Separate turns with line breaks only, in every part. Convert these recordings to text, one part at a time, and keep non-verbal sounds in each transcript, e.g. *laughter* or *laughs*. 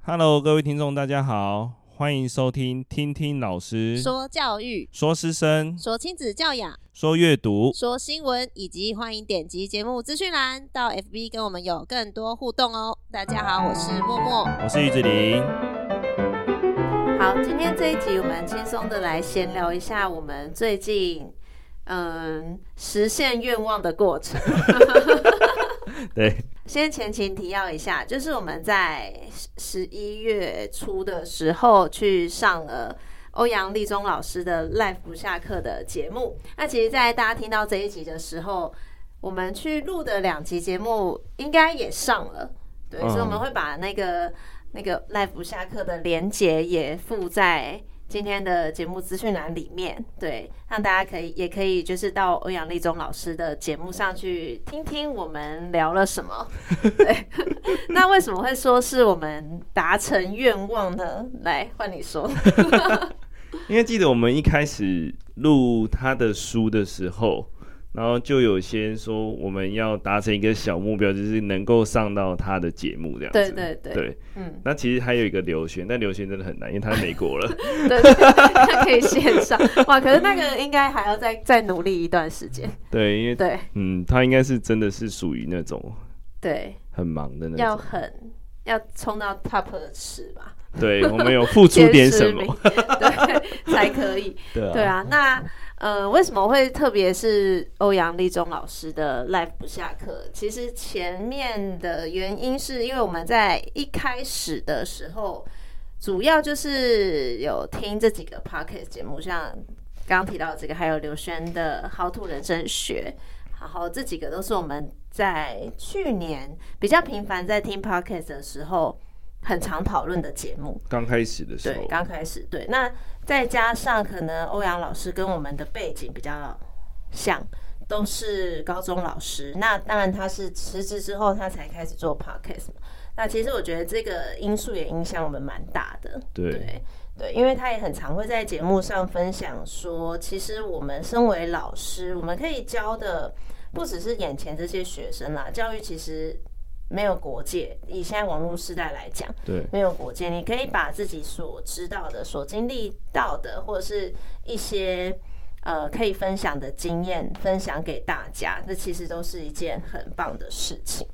Hello，各位听众，大家好，欢迎收听听听老师
说教育、
说师生、
说亲子教养、
说阅读。
说新闻，以及欢迎点击节目资讯栏到 FB 跟我们有更多互动哦。大家好，我是默默。
我是玉子林，
好，今天这一集我们轻松的来闲聊一下我们最近嗯实现愿望的过程。
对，
先前情提要一下，就是我们在十一月初的时候去上了欧阳立中老师的《Life 不下课》的节目。那其实，在大家听到这一集的时候，我们去录的两集节目应该也上了，对，
嗯
所以我们会把那个那个《Life 不下课》的连接也附在。今天的节目资讯栏里面，对，让大家可以也可以就是到欧阳立中老师的节目上去听听我们聊了什么。 *laughs* 那为什么会说是我们达成愿望呢？来，换你说。
因为记得我们一开始录他的书的时候，然后就有些说我们要达成一个小目标，就是能够上到他的节目这样
*laughs* 对
子。
对对，
对，
嗯，
那其实还有一个刘轩，但刘轩真的很难，因为他在美国了。
*laughs* 对，对 *laughs* 可以线上哇，可是那个应该还要再再努力一段时间。
对，因为
对
嗯，他应该是真的是属于那种
*laughs* 对，
很忙的那
要
种。
很要冲到 top 的池吧，
对，我们有付出点什么？
前十名，对，才可以。
*laughs* 对
对啊，那呃，为什么会特别是欧阳立中老师的《Life 不下课》？其实前面的原因是因为我们在一开始的时候，主要就是有听这几个 p o c k e t 节目，像刚刚提到这个，还有刘轩的《How to 人生学》，然后这几个都是我们在去年比较频繁在听 p o c k e t 的时候很常讨论的节目。
刚开始的时
对，
候，
刚开始对，那再加上可能欧阳老师跟我们的背景比较像，都是高中老师。那当然他是辞职之后他才开始做 podcast 嘛。那其实我觉得这个因素也影响我们蛮大的。
对
对对，因为他也很常会在节目上分享说，其实我们身为老师，我们可以教的不只是眼前这些学生啦，教育其实没有国界。以现在网络时代来讲。
对
没有国界，你可以把自己所知道的、所经历到的，或者是一些呃可以分享的经验，分享给大家。这其实都是一件很棒的事情，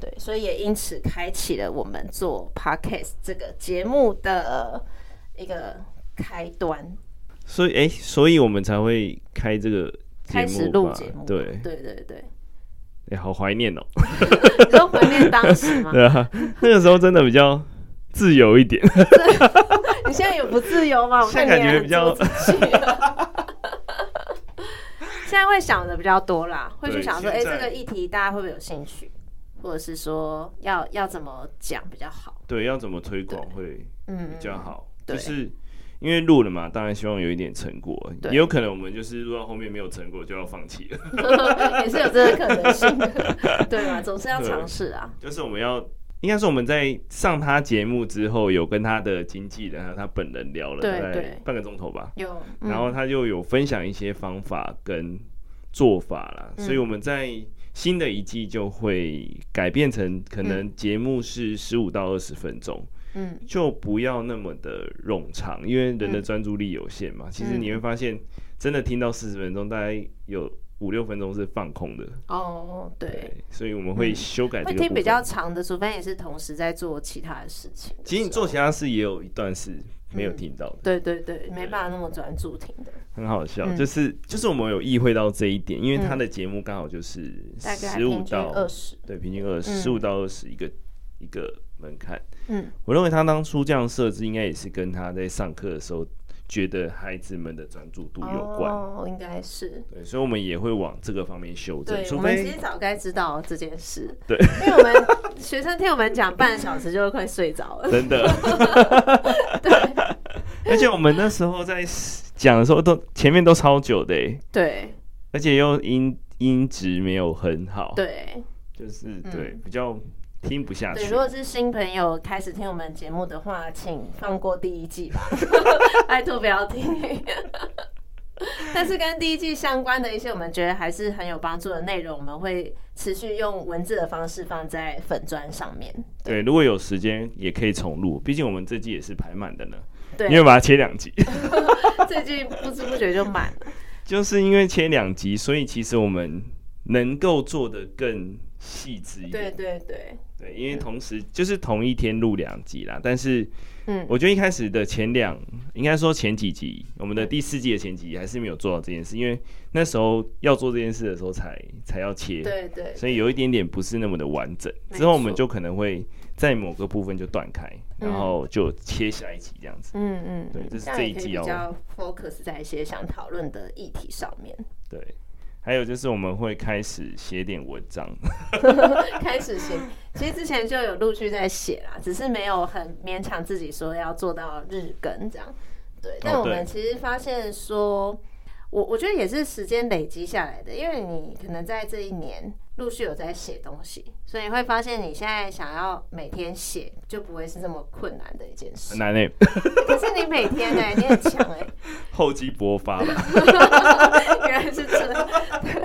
对，所以也因此开启了我们做 podcast 这个节目的一个开端，
所以哎、所以我们才会开这个
开始
节目
录
吧
节目。
对，哎、
对对对，
好怀念哦、 *laughs*
你都怀念当时吗？
对啊，那个时候真的比较自由一点， *laughs*
*laughs* 你现在有不自由吗？我
现
看你
在感觉
也很
比较
做自己 *laughs* 现在会想的比较多啦，会去
对
想说，哎、
现在
这个议题大家会不会有兴趣，或者是说要要怎么讲比较好？
对，要怎么推广会
嗯
比，较好，
对
就是。因为录了嘛，当然希望有一点成果，
对
也有可能我们就是录到后面没有成果就要放弃了，
*laughs*
*laughs*
也是有这个可能性，对嘛？总是要尝试啊。
就是我们要。应该是我们在上他节目之后，有跟他的经纪人还有他本人聊了
对
大概
对
半个钟头吧，
有，嗯
然后他就有分享一些方法跟做法啦，
嗯
所以我们在新的一季就会改变成可能节目是十五到二十分钟，
嗯，
就不要那么的冗长，因为人的
嗯
专注力有限嘛。其实
嗯
你会发现，真的听到四十分钟，大概有五六分钟是放空的。
哦，对，，
所以我们会
嗯
修改这
会
个部
听
分。
比较长的，除非你是同时在做其他的事情的时候。
其实你做其他事也有一段是没
嗯
有听到的，
对对对，没办法那么专注听的，
很好笑。
嗯
就是就是我们有意会到这一点，因为他
嗯
的节目刚好就是
大概
十五
平均
到
二十。
对，平均二十
嗯
十五到二十一个一个门槛。
嗯
我认为他当初这样设置，应该也是跟他在上课的时候觉得孩子们的专注度有关。
哦，应该是。
对，所以我们也会往这个方面修正，
对，
除
我们其
非
实早该知道这件事，
对，
因为我们学生听我们讲半小时就会快睡着
*laughs*
了，
真的。
*laughs*
*laughs* 而且我们那时候在讲的时候都，前面都超久的欸，
对
而且又音音质没有很好，，
对
就是
嗯
对、比较听不下
对。
去
如。果是新朋友开始听我们节目的话，请放过第
*laughs*
一季吧，拜托不要听。但是跟第一季相关的一些我们觉得还是很有帮助的内容，我们会持续用文字的方式放在粉砖上
*laughs*
面。
对，如果有时间也可以重录，毕竟我们这季也是排满的呢。
对
因，为把它切两集， *laughs*
最近不知不觉就满了。
就是因为切两集，所以其实我们能够做的更细致一
对
点。
对对，
对，因为同时就是同一天录两集啦，但是
嗯，
我觉得一开始的前两，应该说前几集，我们的第四季的前几集还是没有做到这件事，因为那时候要做这件事的时候才才要切，
对对，
所以有一点点不是那么的完整。
没
之后我
错
们就可能会在某个部分就断开，然后就切下一集这样子。
嗯嗯，
对这是
这样
这
也
一
可以
季
比
哦
较 focus 在一些想讨论的议题上面， *laughs*
对，还有就是我们会开始写点文章， *laughs*
开始写。其实之前就有陆续在写啦，只是没有很勉强自己说要做到日更这样。对，但
哦
我
对
们其实发现说，我我觉得也是时间累积下来的，因为你可能在这一年陆续有在写东西，所以会发现你现在想要每天写就不会是这么困难的一件事
*laughs* 很。难
*laughs*
诶、
可是你每天呢、你很强哎、
厚积薄发吧。
*laughs*
*laughs*
原来是这样。 *laughs*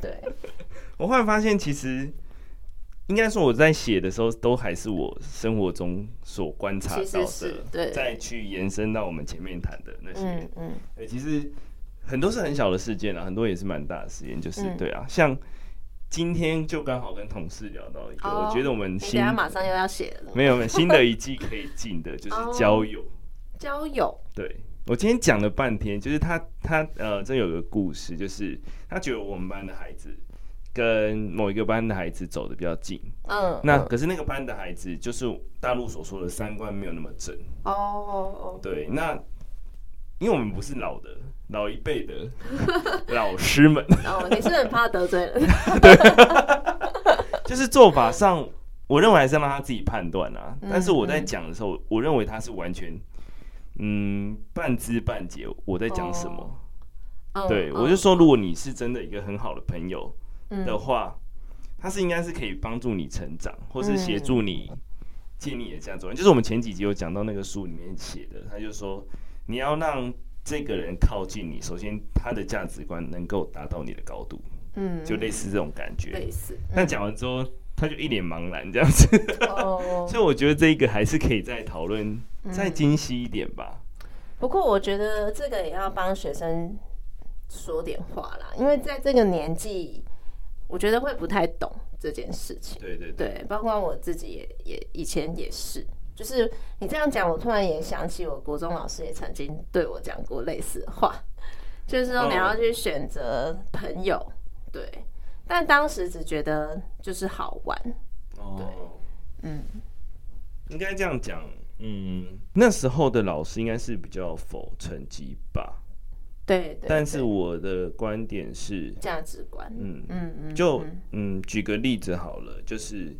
对， *laughs*
我后来发现，其实应该说我在写的时候，都还是我生活中所观察
其实
到
是
的，
对
再去延伸到我们前面谈的那些。
嗯嗯，
对，其实很多是很小的事件啊，很多也是蛮大的事件，就是、
嗯
对啊，像今天就刚好跟同事聊到一个，
哦
我觉得我们
你等
新
下马上又要写了，
没有没有新的一季可以进的，就
哦
是交友。
交友，
对我今天讲了半天，就是他他呃，这有个故事，就是他觉得我们班的孩子跟某一个班的孩子走的比较近，
嗯，
那
嗯
可是那个班的孩子就是大陆所说的三观没有那么正。
哦哦，
对，那因为我们不是老的老一辈的 *laughs* 老师们， *laughs*
哦，你是很怕得罪人， *laughs*
就是做法上，我认为还是要让他自己判断啊。
嗯
但是我在
嗯
讲的时候，我认为他是完全嗯半知半解我在讲什么。
哦嗯
对，
嗯
我就说，如果你是真的一个很好的朋友的
嗯
话，他是应该是可以帮助你成长，或是协助你建立你的价值观。就是我们前几集有讲到那个书里面写的，他就说你要让这个人靠近你，首先他的价值观能够达到你的高度，
嗯
就类似这种感觉。
类似，
但讲完之后，他就一脸茫然这样子，
哦，
所以我觉得这一个还是可以再讨论、再
嗯
精细一点吧。
不过我觉得这个也要帮学生说点话啦，因为在这个年纪，我觉得会不太懂这件事情。
对对对，
对，包括我自己也也以前也是，就是你这样讲，我突然也想起我国中老师也曾经对我讲过类似的话，就是说你
哦
要去选择朋友，对，但当时只觉得就是好玩，
哦。
嗯，
应该这样讲，嗯，那时候的老师应该是比较否成绩吧，
对对
但是
对
我的观点是，
价值观，
嗯，
嗯嗯，
就
嗯
嗯，举个例子好了，就是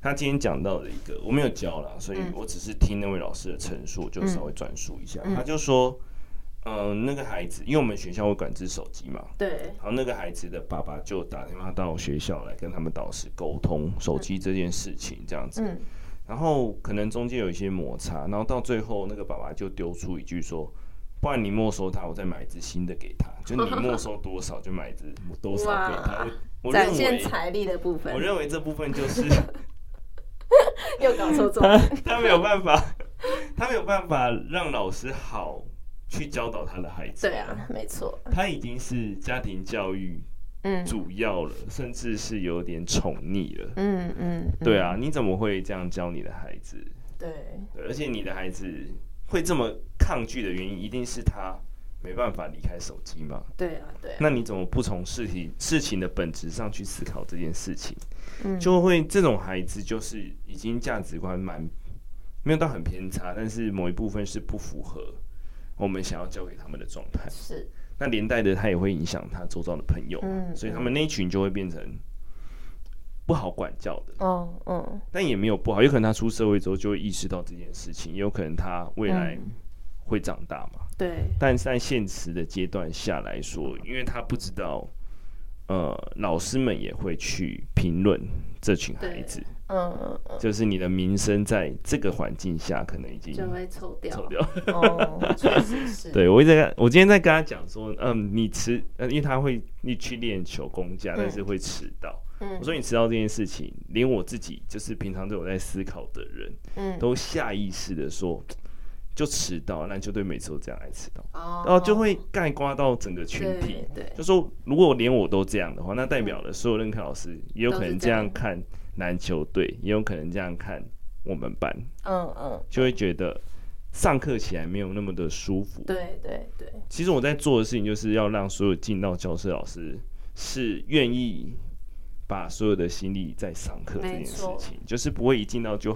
他今天讲到的一个，我没有教啦，所以
嗯
我只是听那位老师的陈述，我就稍微转述一下，
嗯
他就说，嗯、那个孩子，因为我们学校会管制手机嘛。
对，
然后那个孩子的爸爸就打电话到学校来跟他们导师沟通手机这件事情，这样子。
嗯
然后可能中间有一些摩擦，然后到最后那个爸爸就丢出一句说：“不然你没收它，我再买一只新的给
*laughs*
他。就你没收多少就买一只多少给他。我”我
展
认
现
为，
财力的部分
我，认为这部分就是 *laughs*
又搞错重
他 *laughs*
点，
他没有办法，他没有办法让老师好去教导他的孩子。
对啊，，没错，
他已经是家庭教育
嗯
主要了，甚至是有点宠溺了。
嗯嗯，
对啊，你怎么会这样教你的孩子？
嗯，对，
对，而且你的孩子会这么抗拒的原因，一定是他没办法离开手机嘛？
对啊，对啊，
那你怎么不从事情事情的本质上去思考这件事情？
嗯
就会这种孩子就是已经价值观蛮没有到很偏差，但是某一部分是不符合我们想要教给他们的状态。
是，
那连带的他也会影响他周遭的朋友嘛，
嗯
所以他们那一群就会变成不好管教的。
哦嗯，
但也没有不好，有可能他出社会之后就会意识到这件事情，也有可能他未来
嗯
会长大嘛。
对。
但是在现实的阶段下来说，因为他不知道，呃，老师们也会去评论这群孩子，
嗯嗯嗯，
就是你的名声在这个环境下可能已经
就会抽掉。
走掉。
哦，确实是。
对我一直在跟，我今天在跟他讲说，嗯，你迟，呃，因为他会你去练球公假，但是会迟到。
嗯
我说你迟到这件事情，连我自己就是平常都有在思考的人，
嗯，
都下意识的说，就迟到，那就对每次都这样来迟到，
哦
然后就会盖刮到整个群
对
体。
对，
就说如果连我都这样的话，那代表了所有任课老师也有可能
都是
这
这样
样看篮球队，也有可能这样看我们班，
嗯嗯，
就会觉得上课起来没有那么的舒服。
对对对，
其实我在做的事情就是要让所有进到教室的老师是愿意把所有的心力在上课这件事
没错
情，就是不会一进到就、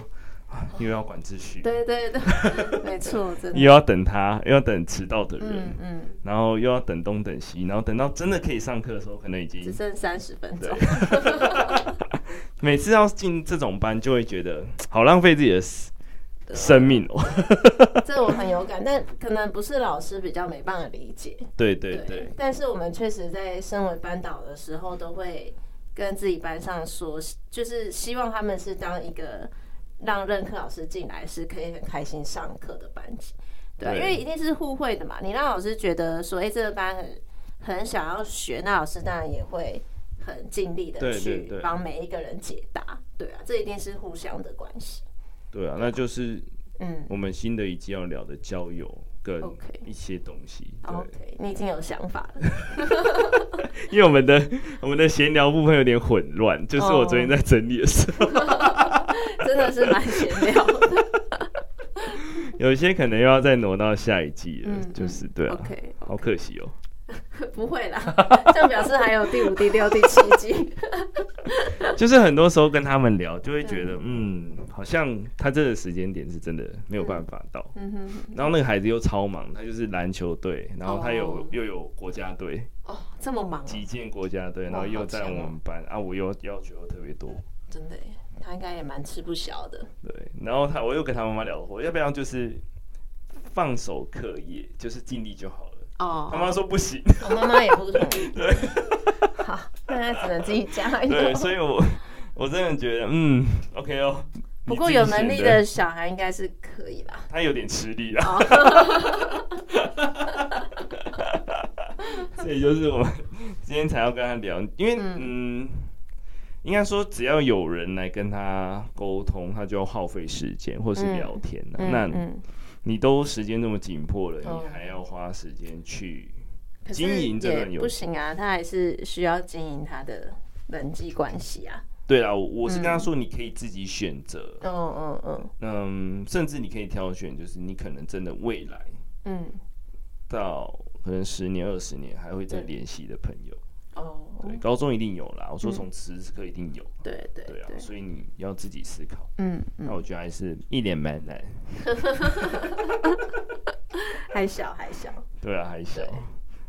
啊、又要管秩序，
对对对，没错，真的。
又要等他，又要等迟到的人，
嗯嗯，
然后又要等东等西，然后等到真的可以上课的时候，可能已经
只剩三十分钟。
每次要进这种班，就会觉得好浪费自己的 s- 生命哦。
这我很有感，但可能不是老师比较没办法理解。
*laughs* 对对对，
但是我们确实在身为班导的时候，都会跟自己班上说，就是希望他们是当一个让任课老师进来是可以很开心上课的班级。对啊，
对
因为一定是互惠的嘛。你让老师觉得说，哎、这个班很很想要学，那老师当然也会很尽力的
对对
去
对
帮每一个人解答。对啊，这一定是互相的关系。
对啊，那就是
嗯
我们新的一季要聊的交友跟
OK 哦
一些东西。对。
，OK，你已经有想法了。
*laughs* 因为我们的我们的闲聊部分有点混
哦
乱，就是我昨天在整理的时候，
真的 *laughs* 是蛮闲聊的。
有一些可能又要再挪到下一季了，
嗯
就是对啊
OK，
好可惜哦。
不会啦，这样表示还有第五、第六、第七季。
就是很多时候跟他们聊，就会觉得嗯，好像他这个时间点是真的没有办法到。
嗯哼，
然后那个孩子又超忙，他就是篮球队，然后他有、
哦
又有国家队，
哦，这么忙、
击剑国家队，然后又在我们班、
哦
啊，我又要求又特别多。
真的耶，他应该也蛮吃不消的。
对，然后他我又跟他妈妈聊过，要不要就是放手课业，就是尽力就好了。
哦
他妈说不
*laughs*
行，
我妈妈也不同
*laughs*
意。 *laughs* 好，那他只能自己加
对，
油。
所以我我真的觉得，嗯，OK 哦。
*laughs* 不
你
过
自己
有能力
选
的，小孩应该是可以啦。
他有点吃力啊啦。
哦
所以就是我们今天才要跟他聊，因为嗯应该说只要有人来跟他沟通，他就要耗费时间或是
嗯
聊天、啊
嗯
那
嗯，
你都时间那么紧迫了，
哦
你还要花时间去
可是
经营这段
也
友
不
情。
行啊，他还是需要经营他的人际关系啊。
对啦，我我是跟他说，你可以自己选择，
嗯嗯嗯
嗯甚至你可以挑选，就是你可能真的未来
嗯，
到可能十年、二十年还会再
对
联系的朋友。
哦，
对，高中一定有啦，我说从此时此刻一定有，
对嗯对
对啊，
对，
所以你要自己思考。
嗯嗯
那，我觉得还是一脸蛮难，
还小还小。
对啊，还小
对。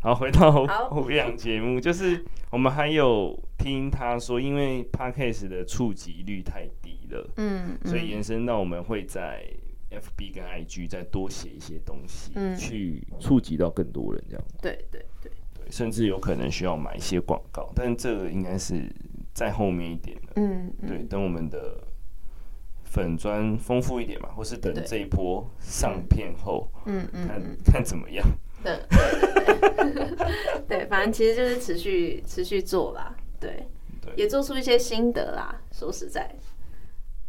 好，回到
好
欧阳节目，就是我们还有听他说，因为 podcast 的触及率太低了，
嗯，
所以延伸到我们会在 FB 跟 IG 再多写一些东西，
嗯
去触及到更多人，这样
对对对，
对，甚至有可能需要买一些广告，但这个应该是在后面一点的。
嗯，嗯
对，等我们的粉砖丰富一点嘛，或是等
对
这一波上片后，
嗯嗯
看 *laughs* 看怎么样。
对对对对，反正其实就是持续持续做啦，对，
对
也做出一些心得啦。说实在，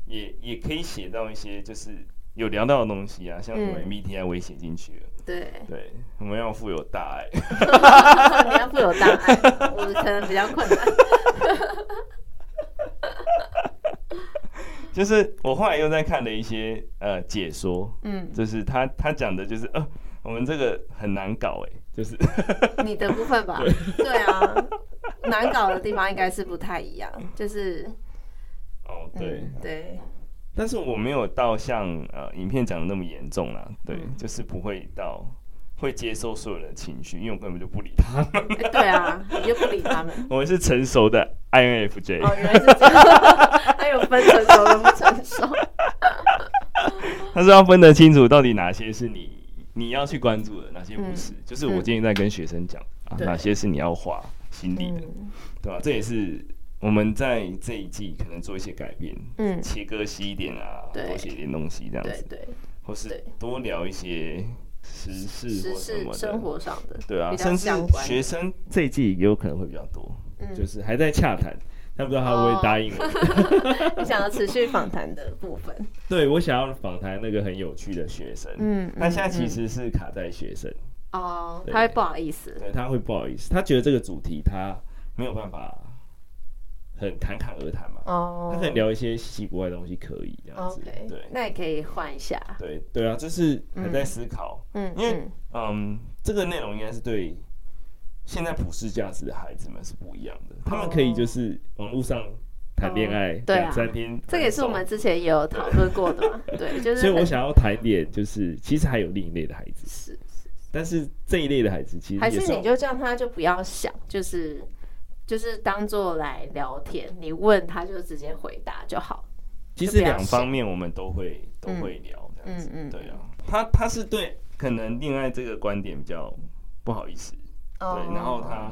也也可以写到一些就是有聊到的东西啊，像什么
嗯
MBTI 我也写进去了。
对，
对，我们要富有大爱。 *laughs*
你要不有大碍，我可能比较困难。
就是我后来又在看了一些呃解说，
嗯，
就是他他讲的就是呃我们这个很难搞哎、就是
你的部分吧， *laughs* 对啊，难搞的地方应该是不太一样，就是
哦
嗯
对，
对，
但是我没有到像呃影片讲的那么严重啦，对，
嗯
就是不会到会接受所有人的情绪，因为我根本就不理他。 *laughs*
哎对啊，你就不理他们。
我们是成熟的 INFJ，、
哦，原来是这样，还有分成熟跟不成熟。
他是要分得清楚到底哪些是你你要去关注的，哪些不是。就是我今天在跟学生讲、啊，
嗯对
哪些是你要花心力的，
嗯，
对吧、这也是我们在这一季可能做一些改变，
嗯，
切割细一点啊，
对
多写一点东西这样
对
子，
对，
或是
对
多聊一些时事
时
或什
事
么
生
的。
活上的，
对啊，
比较
甚至
相关的
学生这一季也有可能会比较多，就
嗯，哦
是还在洽谈，但不知道他会不会答应我。
*laughs* 你想要持续访谈的部分，
对我想要访谈那个很有趣的学生，
嗯，
但现在其
嗯
实是卡在学生，
嗯哦，
对
他会不好意思，
对他会不好意思，他觉得这个主题他没有办法很侃侃而谈嘛，
哦
他可以聊一些稀奇古怪的东西可以这样子，
，OK，
对
那也可以换一下，
对对啊，就是还在思考，
嗯，
因为
嗯
嗯，这个内容应该是对现在普世价值的孩子们是不一样的，他们可以就是网络上谈恋爱
对啊
两三天，
这个也是我们之前也有讨论过的
*laughs*
嘛，对，就是
所以我
很
想要谈一点，就是其实还有另一类的孩子，
是
但是这一类的孩子其实
还
也哦
是
少
你就叫他就不要想，就是就是当做来聊天，你问他就直接回答就好。
其
就
实
比较
两
少
方面我们都会都会聊这样子，
嗯嗯嗯
对啊，他他是对可能恋爱这个观点比较不好意思，
哦
对，然后他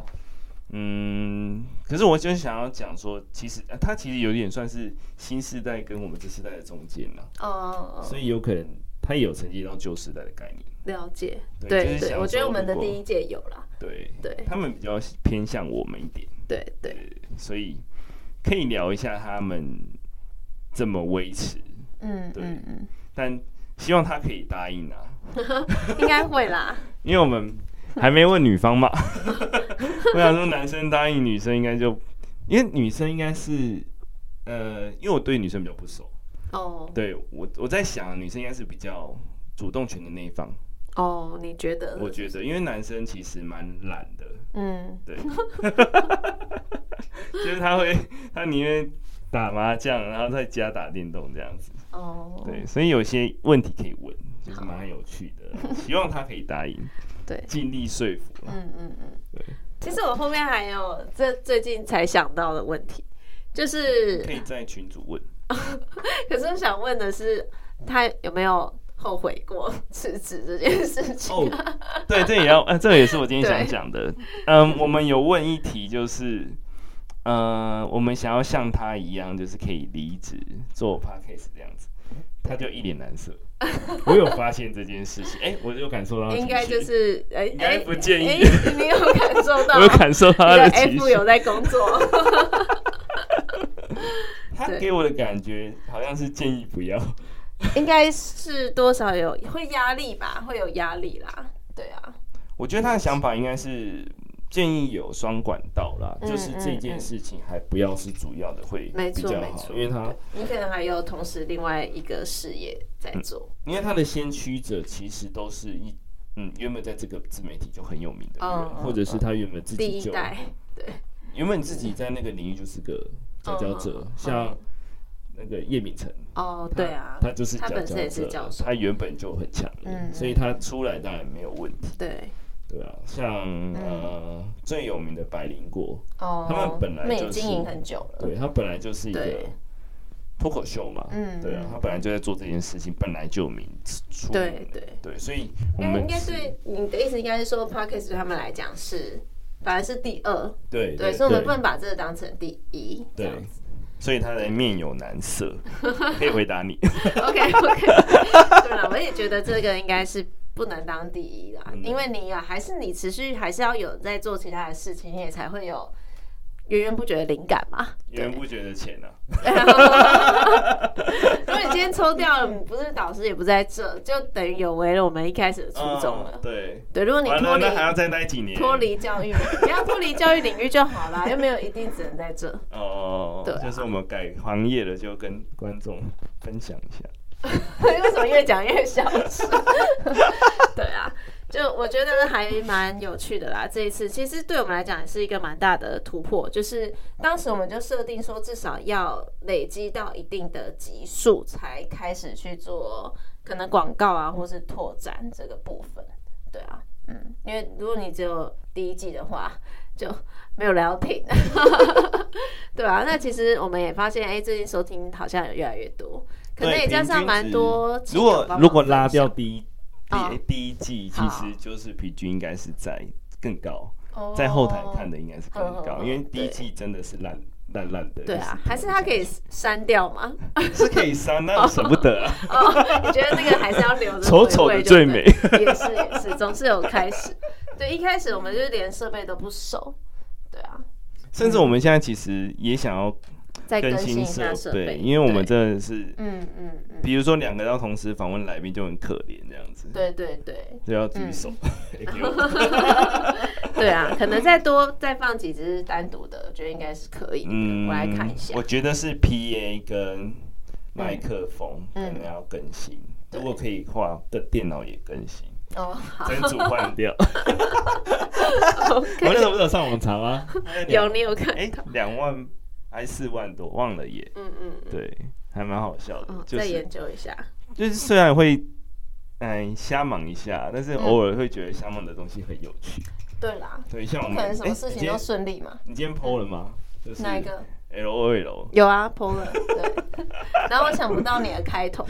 嗯，可是我就想要讲说，其实、呃他其实有点算是新时代跟我们这世代的中间啦，
哦，
所以有可能他也有承接到旧时代的概念，
嗯了解，
对
对
就是想
对，
说
我觉得我们的
如果
第一届有啦，
对，
对
他们比较偏向我们一点，
对对，
所以可以聊一下他们这么维持，
嗯
对
嗯嗯，
但希望他可以答应啊。
应该会啦，
因为我们还没问女方嘛， *laughs* 我想说男生答应女生应该就，因为女生应该是，呃，因为我对女生比较不熟，
哦
对我我在想女生应该是比较主动权的那一方，
哦，你觉得？
我觉得，因为男生其实蛮懒的，
嗯，
对， *laughs* 就是他会他宁愿打麻将，然后在家打电动这样子，
哦，
对，所以有些问题可以问，就是蛮有趣的，希望他可以答应，
对
尽力说服啦。
嗯嗯嗯
对。
其实我后面还有这最近才想到的问题，就是
可以在群主问。
可是我想问的是，他有没有后悔过辞职这件事情？
哦， *laughs* 对，这也要，呃，这也是我今天想讲的。嗯，我们有问一题，就是，呃，我们想要像他一样，就是可以离职做 podcast 这样子，他就一脸难色。我有发现这件事情，哎、我有感受到他的
应该
情绪
就是哎
应该
哎，
不建议
哎你有感受到？
我有感受到他的
你的
情
F
绪。
有在工作，
*laughs* 他
对
给我的感觉好像是建议不要，
*laughs* 应该是多少有会压力吧，会有压力啦。对啊，
我觉得他的想法应该是。建议有双管道啦，
嗯
就是这
嗯
件
嗯
事情还不要是主要的会
没
比
错
较
没
好，
错
因为他
你可能还有同时另外一个事业在
嗯
做。
因为他的先驱者其实都是一嗯，原本在这个自媒体就很有名的人，
嗯嗯
或者是他原本自
第
己
一
就
代，
*laughs* 原本自己在那个领域就是个佼佼者，
嗯嗯
像那个叶明成，
哦，
他
对啊，
他就是
他
佼
本身
佼
也是
者
教，授
他原本就很强的，
嗯嗯
所以他出来当然没有问题，
对，
对啊，像、
嗯
呃最有名的百灵果，
哦，
他们本来
他们也
就是
经营很久了，
对他本来就是一个
嗯对
脱口秀嘛，
嗯
对啊
嗯，
他本来就在做这件事情，本来就有名，出
对对。
对，所以我
应该
们
应该
是
对你的意思，应该是说 podcast 对他们来讲是反而是第二，
对
对，所以我们不能把这个当成第一。这
对
样子，
所以他的面有难 *laughs* 色，可以回答你。
，OK OK 。对了，我也觉得这个应该是不能当第一啦，
嗯
因为你啊，还是你持续还是要有在做其他的事情，你也才会有源源不绝的灵感
*laughs*
嘛。
*laughs* 源源不绝的钱啊，
如果你今天抽掉了，你不是导师也不在这，就等于有违了我们一开始的初衷了
嗯。对，
对，如果啊你
完了
脱离
那还要再待几年？
脱离教育，你要脱离教育领域就好啦，又没有一定只能在这。 *laughs*
哦，
对啊
就是我们改行业了，就跟观众分享一下。
为什么越讲越消失？ *laughs* 对啊，就我觉得还蛮有趣的啦。这一次其实对我们来讲也是一个蛮大的突破，就是当时我们就设定说，至少要累积到一定的级数才开始去做可能广告啊，或是拓展这个部分。对啊，嗯，因为如果你只有第一季的话，就没有人要听。 *laughs* 对啊，那其实我们也发现，哎、最近收听好像有越来越多，可能
对
也加
平
上
均
蛮
值
多亲
如
友
果
帮忙分享。
如果拉掉第一
哦
第第一季，其
好
实就是平均应该是在更高，在后台看
的，
的应该是更
好好
高，
好
因为第一
对
季真的是烂烂烂的。
嗯对啊
就，
还是他可以删掉吗？
是可以删，那舍不
*laughs*
得啊。
哦，你觉得那个还是要留着回
丑丑
味
的
就
最
对
美。
也嗯是也是，总是有开始。对，一开始我们就是连设备都不熟，对啊，
甚至我们现在其实也想要
再更
更
新一
新
下
设
设
备，
备，
因为我们
对
真的是，
嗯嗯嗯，
比如说两个要同时访问来宾就很可怜这样子，
对嗯对对
就要举
*laughs*
手。给我
对啊，可能再多再放几只单独的，我觉得应该是可
嗯
以的。 *laughs* 我来看一下嗯
我，觉得是 PA 跟麦克风可能要更新，
对
如果可以的话，的电脑也更新，
哦，好
整组换掉。我那时
*laughs* ，OK，
候不是有上网查
*laughs*
吗？
有你有看，
哎，两万还四万多，忘了耶。
嗯嗯嗯，
对，还蛮好笑的
哦，，
就
再
是
研究一下，
就是虽然会嗯瞎忙一下，但是
嗯
偶尔会觉得瞎忙的东西很有趣。
对啦，
对，像我
不
们
可能什
哎
么事
你
情
今
都
天
顺利嘛，
你今天 PO 了吗？就是
哪一个？
L O L，
有啊，PO 了。对， *laughs* 然后我想不到你的开头，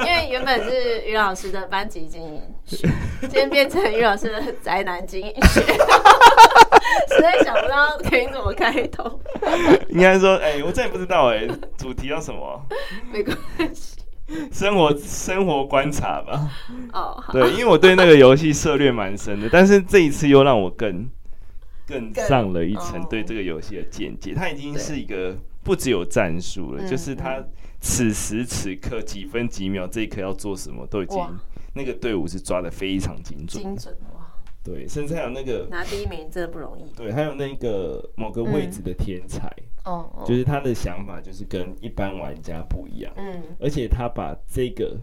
因为原本是于老师的班级经营
*laughs*
学，今天变成于老师的宅男经营学，实在想不到可以怎么开头，
应该说哎，我真的不知道哎，主题要什么？
没关系。
生活生活观察吧。
哦，好，
对，因为我对那个游戏涉略蛮深的，但是这一次又让我更更
更
上了一层
哦
对这个游戏的见解。它已经是一个不只有战术了，
嗯
就是它此时此刻几分几秒这一刻要做什么，都已经
哇
那个队伍是抓的非常精准。
精准哇，
对，甚至还有那个
拿第一名真的不容易。
对，还有那个某个位置的天才，
嗯哦，哦
就是他的想法就是跟一般玩家不一样。
嗯，
而且他把这个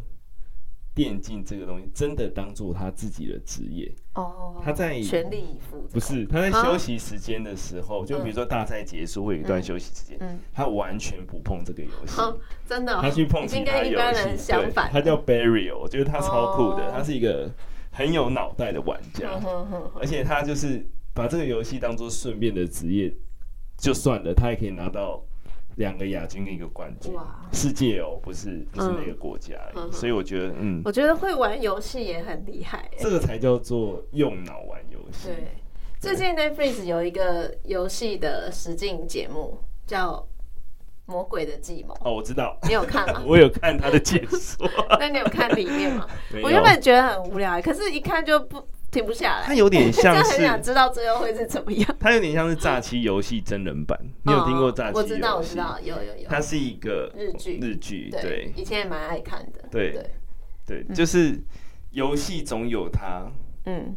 电竞这个东西真的当做他自己的职业。
哦，
他在
全力啊以赴，
不是他在休息时间的时候，就比如说大赛结束会有一段休息时间，
嗯
他完全不碰这个游戏。
哦，真的哦，
他去碰
已
其
经
他
跟一
游
般人
戏，
相
对，
反。
他叫 Barrio，我觉得他超酷的，
哦
他是一个很有脑袋的玩家，
嗯哼哼哼
而且他就是把这个游戏当做顺便的职业就算了，他也可以拿到两个亚军跟一个冠军
哇，
世界哦，不是不是
嗯
那个国家而已，
嗯哼
所以我觉得嗯，
我觉得会玩游戏也很厉害欸。
这个才叫做用脑玩游戏。
对，最近 Netflix 有一个游戏的实境节目叫《魔鬼的计谋》，
哦，我知道，
你有看
*laughs*
吗？
我有看他的解说。
那你有看里面吗？
*laughs* 没有
我原本觉得很无聊欸，可是一看就不停不下
它
来，
有点
*laughs* 真
像
的很想
是，
知道最后会是怎么样。
它有点像是诈欺游戏真人版。你有听过诈欺
哦我
游戏？
知道，我知道，有有有，
它是一个
日剧
日剧
对嗯
对，
以前也蛮爱看的，
对
对，
对，就是游戏总有它
嗯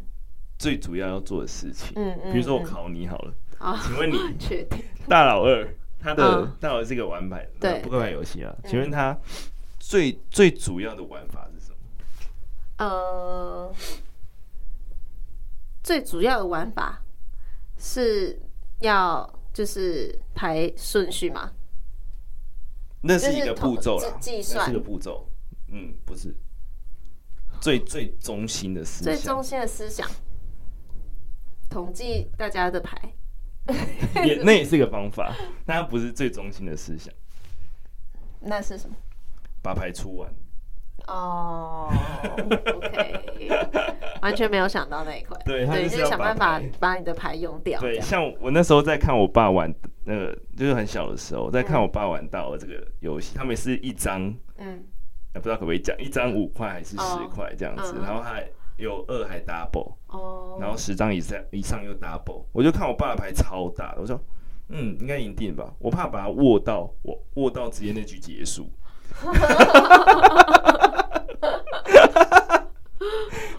最主要要做的事情。
嗯嗯，
比如说我
嗯，
考你好了，
啊，
请问你
确定，
大老二他的
嗯
大老二是一个玩牌，
对
不会玩游戏啊？
嗯
请问他最最主要的玩法是什么？
呃，最主要的玩法是要就是排顺序嘛，
那是一个步骤
就是
啦，
计计
那
算
是个步骤。嗯，不是最最中心的思
最中
想，
心的思想，统计大家的牌，
也那也是一个方法，但它不是最中心的思想。
那是什么？
把牌出完，
*laughs* 哦、o k 完全没有想到那一块。
对他
对，
就是
就
要
想
把
办法
牌
把你的牌用掉。这
对，
样
像我那时候在看我爸玩那个，就是很小的时候在看我爸玩到这个游戏，他们也是一张，
嗯，
呃不知道可不可以讲，一张五块还是十
哦
块这样子，
嗯
然后还有二还 double，
哦、
然后十张以上以上又 double，我就看我爸的牌超大的，我说嗯应该赢定吧，我怕把它握到我握到直接那局结束。 *laughs*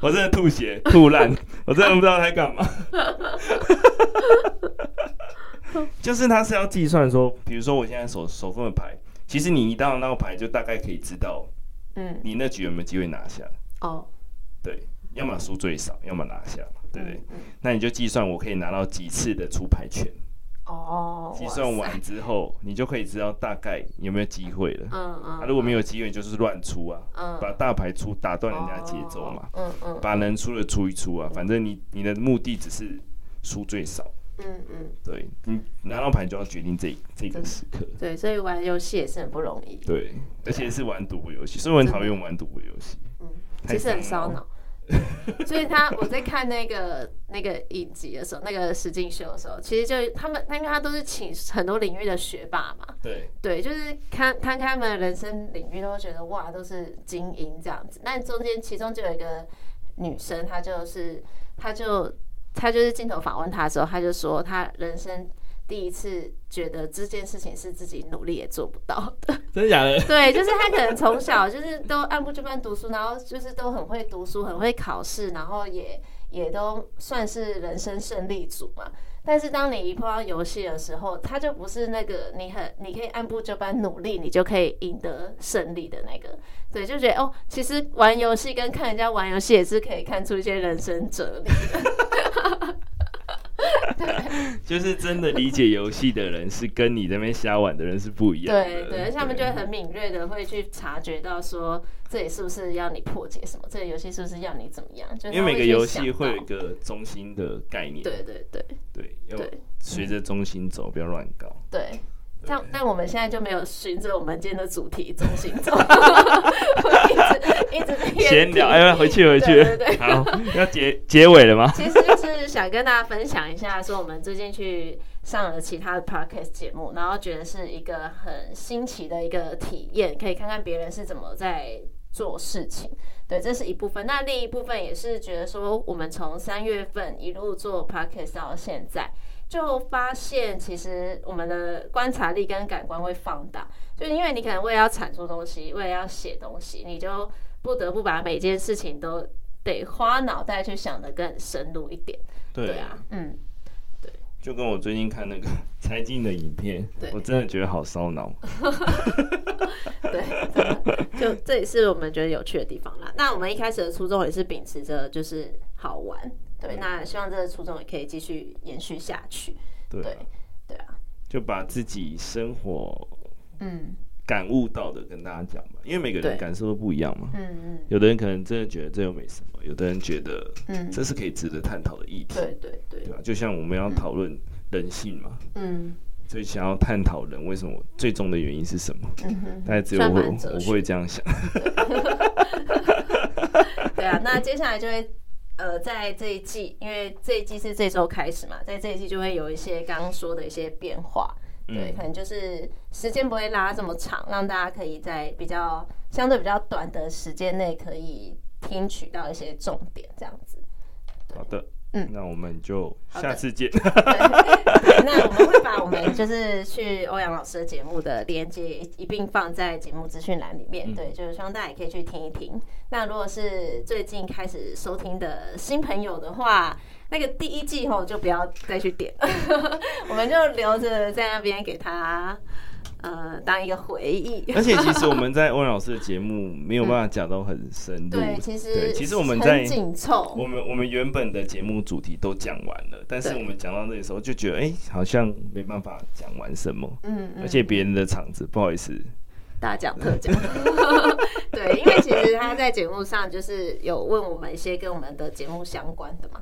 我真的吐血吐烂，我真的不知道他在干嘛。 *laughs* 就是他是要计算说，比如说我现在手手中的牌，其实你一到那个牌就大概可以知道
嗯，
你那局有没有机会拿下。
哦，
对，要么输最少，要么拿下嘛，对不对？
嗯
那你就计算我可以拿到几次的出牌权，
哦，
计算
哇塞，
完之后，你就可以知道大概有没有机会了。
嗯嗯，
啊，如果没有机会，就是乱出啊，
嗯，
把大牌出打断人家节奏嘛，
嗯嗯
把能出的出一出啊，反正你你的目的只是输最少。
嗯嗯，
对你拿到牌就要决定这这个时刻，
对，所以玩游戏也是很不容易，
对，而且是玩赌博游戏，所以我很讨厌玩赌博游戏
嗯，
太
其实很
伤
烧
脑
脑。所以他我在看那个 *laughs* 那个影集的时候，那个实境秀的时候，其实就他们，因为他都是请很多领域的学霸嘛，
对，
对，就是看摊开他们的人生领域，都会觉得哇，都是精英这样子。但中间其中就有一个女生，她就是她就她就是镜头访问她的时候，她就说她人生第一次觉得这件事情是自己努力也做不到的。
真的假的？
对，就是她可能从小就是都按部就班读书，然后就是都很会读书，很会考试，然后也也都算是人生胜利组嘛。但是当你一碰到游戏的时候，它就不是那个你很你可以按部就班努力，你就可以赢得胜利的那个。对，就觉得哦，其实玩游戏跟看人家玩游戏也是可以看出一些人生哲理。
就是真的理解游戏的人是跟你在那边瞎玩的人是不一样的。
对对，而且他们就会很敏锐的会去察觉到说，这里是不是要你破解什么，这个游戏是不是要你怎么样？就是
因为每
他
个
去
游
想
戏会有
到
一个中心的概念，
对对对
对，要
对
随着中心走，不要乱搞。
对。但但我们现在就没有循着我们今天的主题中心
*laughs*
走，一直一直在
闲聊，哎，回去回去，
对对对
*laughs* 好，要结结尾了吗？
其实就是想跟大家分享一下，说我们最近去上了其他的 podcast 节目，然后觉得是一个很新奇的一个体验，可以看看别人是怎么在做事情。对，这是一部分。那另一部分也是觉得说，我们从三月份一路做 podcast 到现在，就发现其实我们的观察力跟感官会放大，就因为你可能为了要产出东西，为了要写东西，你就不得不把每件事情都得花脑袋去想的更深入一点。对啊，嗯，
就跟我最近看那个 *laughs* 财经的影片
对，
我真的觉得好烧脑。
对，真的就这也是我们觉得有趣的地方啦。那我们一开始的初衷也是秉持着就是好玩，对，那希望这个初衷也可以继续延续下去。
对啊
对，对啊，
就把自己生活
嗯
感悟到的跟大家讲吧，因为每个
对
人感受都不一样嘛。
嗯
有的人可能真的觉得这又没什么，有的人觉得
嗯嗯，
这是可以值得探讨的议题，
对嗯对对
对，吧？啊就像我们要讨论人性嘛，
嗯
所以想要探讨人为什么最终的原因是什么，
嗯哼。
大概只有
算
我
蛮哲
我
学
会这样想。
对啊，那接下来就会呃，在这一季，因为这一季是这周开始嘛，在这一季就会有一些刚刚说的一些变化。对，
嗯
可能就是时间不会拉这么长，让大家可以在比较相对比较短的时间内可以听取到一些重点，这样子。
好的，
嗯
那我们就
好
下
的
次
*laughs*
见。
对 *laughs* 那我们会把我们就是去欧阳老师的节目的链接一并放在节目资讯栏里面，对，就是希望大家也可以去听一听。那如果是最近开始收听的新朋友的话，那个第一季后就不要再去点， *laughs* 我们就留着在那边给他呃当一个回忆。
而且其实我们在欧阳老师的节目没有办法讲到很深入，
嗯对，其实
对其实我们在
很紧凑，
我们我们原本的节目主题都讲完了，但是
对
我们讲到那里的时候就觉得，哎、好像没办法讲完什么，
嗯嗯
而且别人的场子，不好意思，
大讲特讲。 *laughs* 对，因为其实他在节目上就是有问我们一些跟我们的节目相关的嘛，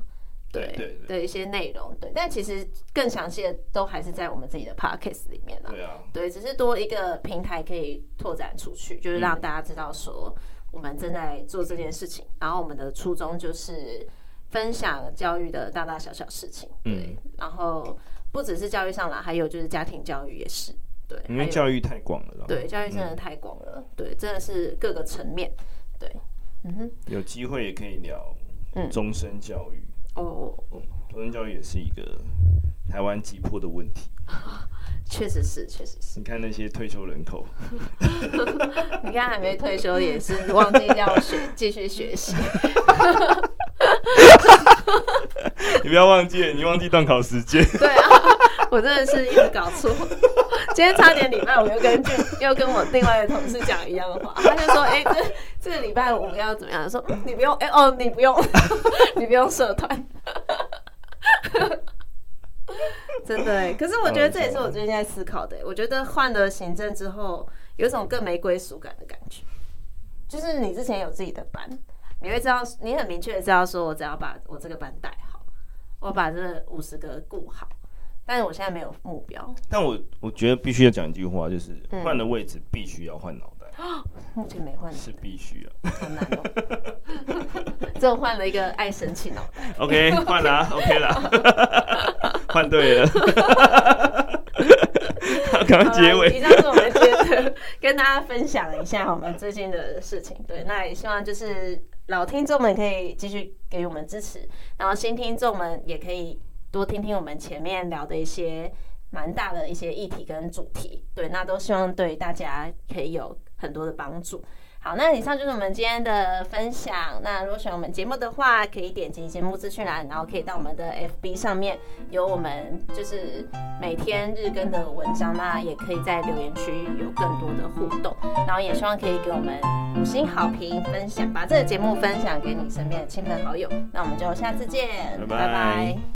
对
对对
一些内容，对，但其实更详细的都还是在我们自己的 podcast 里面啦。
对啊，
对，只是多一个平台可以拓展出去，就是让大家知道说我们正在做这件事情，然后我们的初衷就是分享教育的大大小小事
嗯
情，对，然后不只是教育上啦，还有就是家庭教育也是，对，
因
还
为
有
教育太广了啦，
对，教育真的太广了，对，真的是各个层面，对，嗯哼，
有机会也可以聊
嗯
终身教育，
哦哦，哦
终身教育也是一个台湾急迫的问题。
确实是，确实是，
你看那些退休人口，
你看还没退休也是忘记要学，继续学习，
你不要忘记了， *laughs* 你忘记断考时间。
对啊，我真的是一直搞错， *laughs* 今天差点礼拜五又跟俊又跟我另外的同事讲一样的话， *laughs* 他就说，哎、这这个礼拜五要怎么样？我说嗯你不用，哎、哦，你不用， *laughs* 你不用社团。 *laughs* 真的欸，可是我觉得这也是我最近在思考的欸。我觉得换了行政之后，有一种更没归属感的感觉。就是你之前有自己的班，你会知道，你很明确的知道，说我只要把我这个班带好，我把这五十个顾好。但是我现在没有目标，
但我我觉得必须要讲一句话，就是
嗯
换了位置必须要换脑袋，
目前没换， *laughs*
是必须啊。
好难哦、这 *laughs* 众换了一个爱生气脑袋。
OK，换了啊，OK
*laughs*
了，换对了。 *laughs* 好刚刚结
以
尾，
上是我们觉得跟大家分享一下我们最近的事情。对，那也希望就是老听众们可以继续给我们支持，然后新听众们也可以多听听我们前面聊的一些蛮大的一些议题跟主题。对，那都希望对大家可以有很多的帮助。好，那以上就是我们今天的分享。那如果喜欢我们节目的话，可以点击节目资讯栏，然后可以到我们的 FB 上面有我们就是每天日更的文章，那也可以在留言区有更多的互动。然后也希望可以给我们五星好评，分享把这个节目分享给你身边的亲朋好友。那我们就下次见，
拜拜
拜拜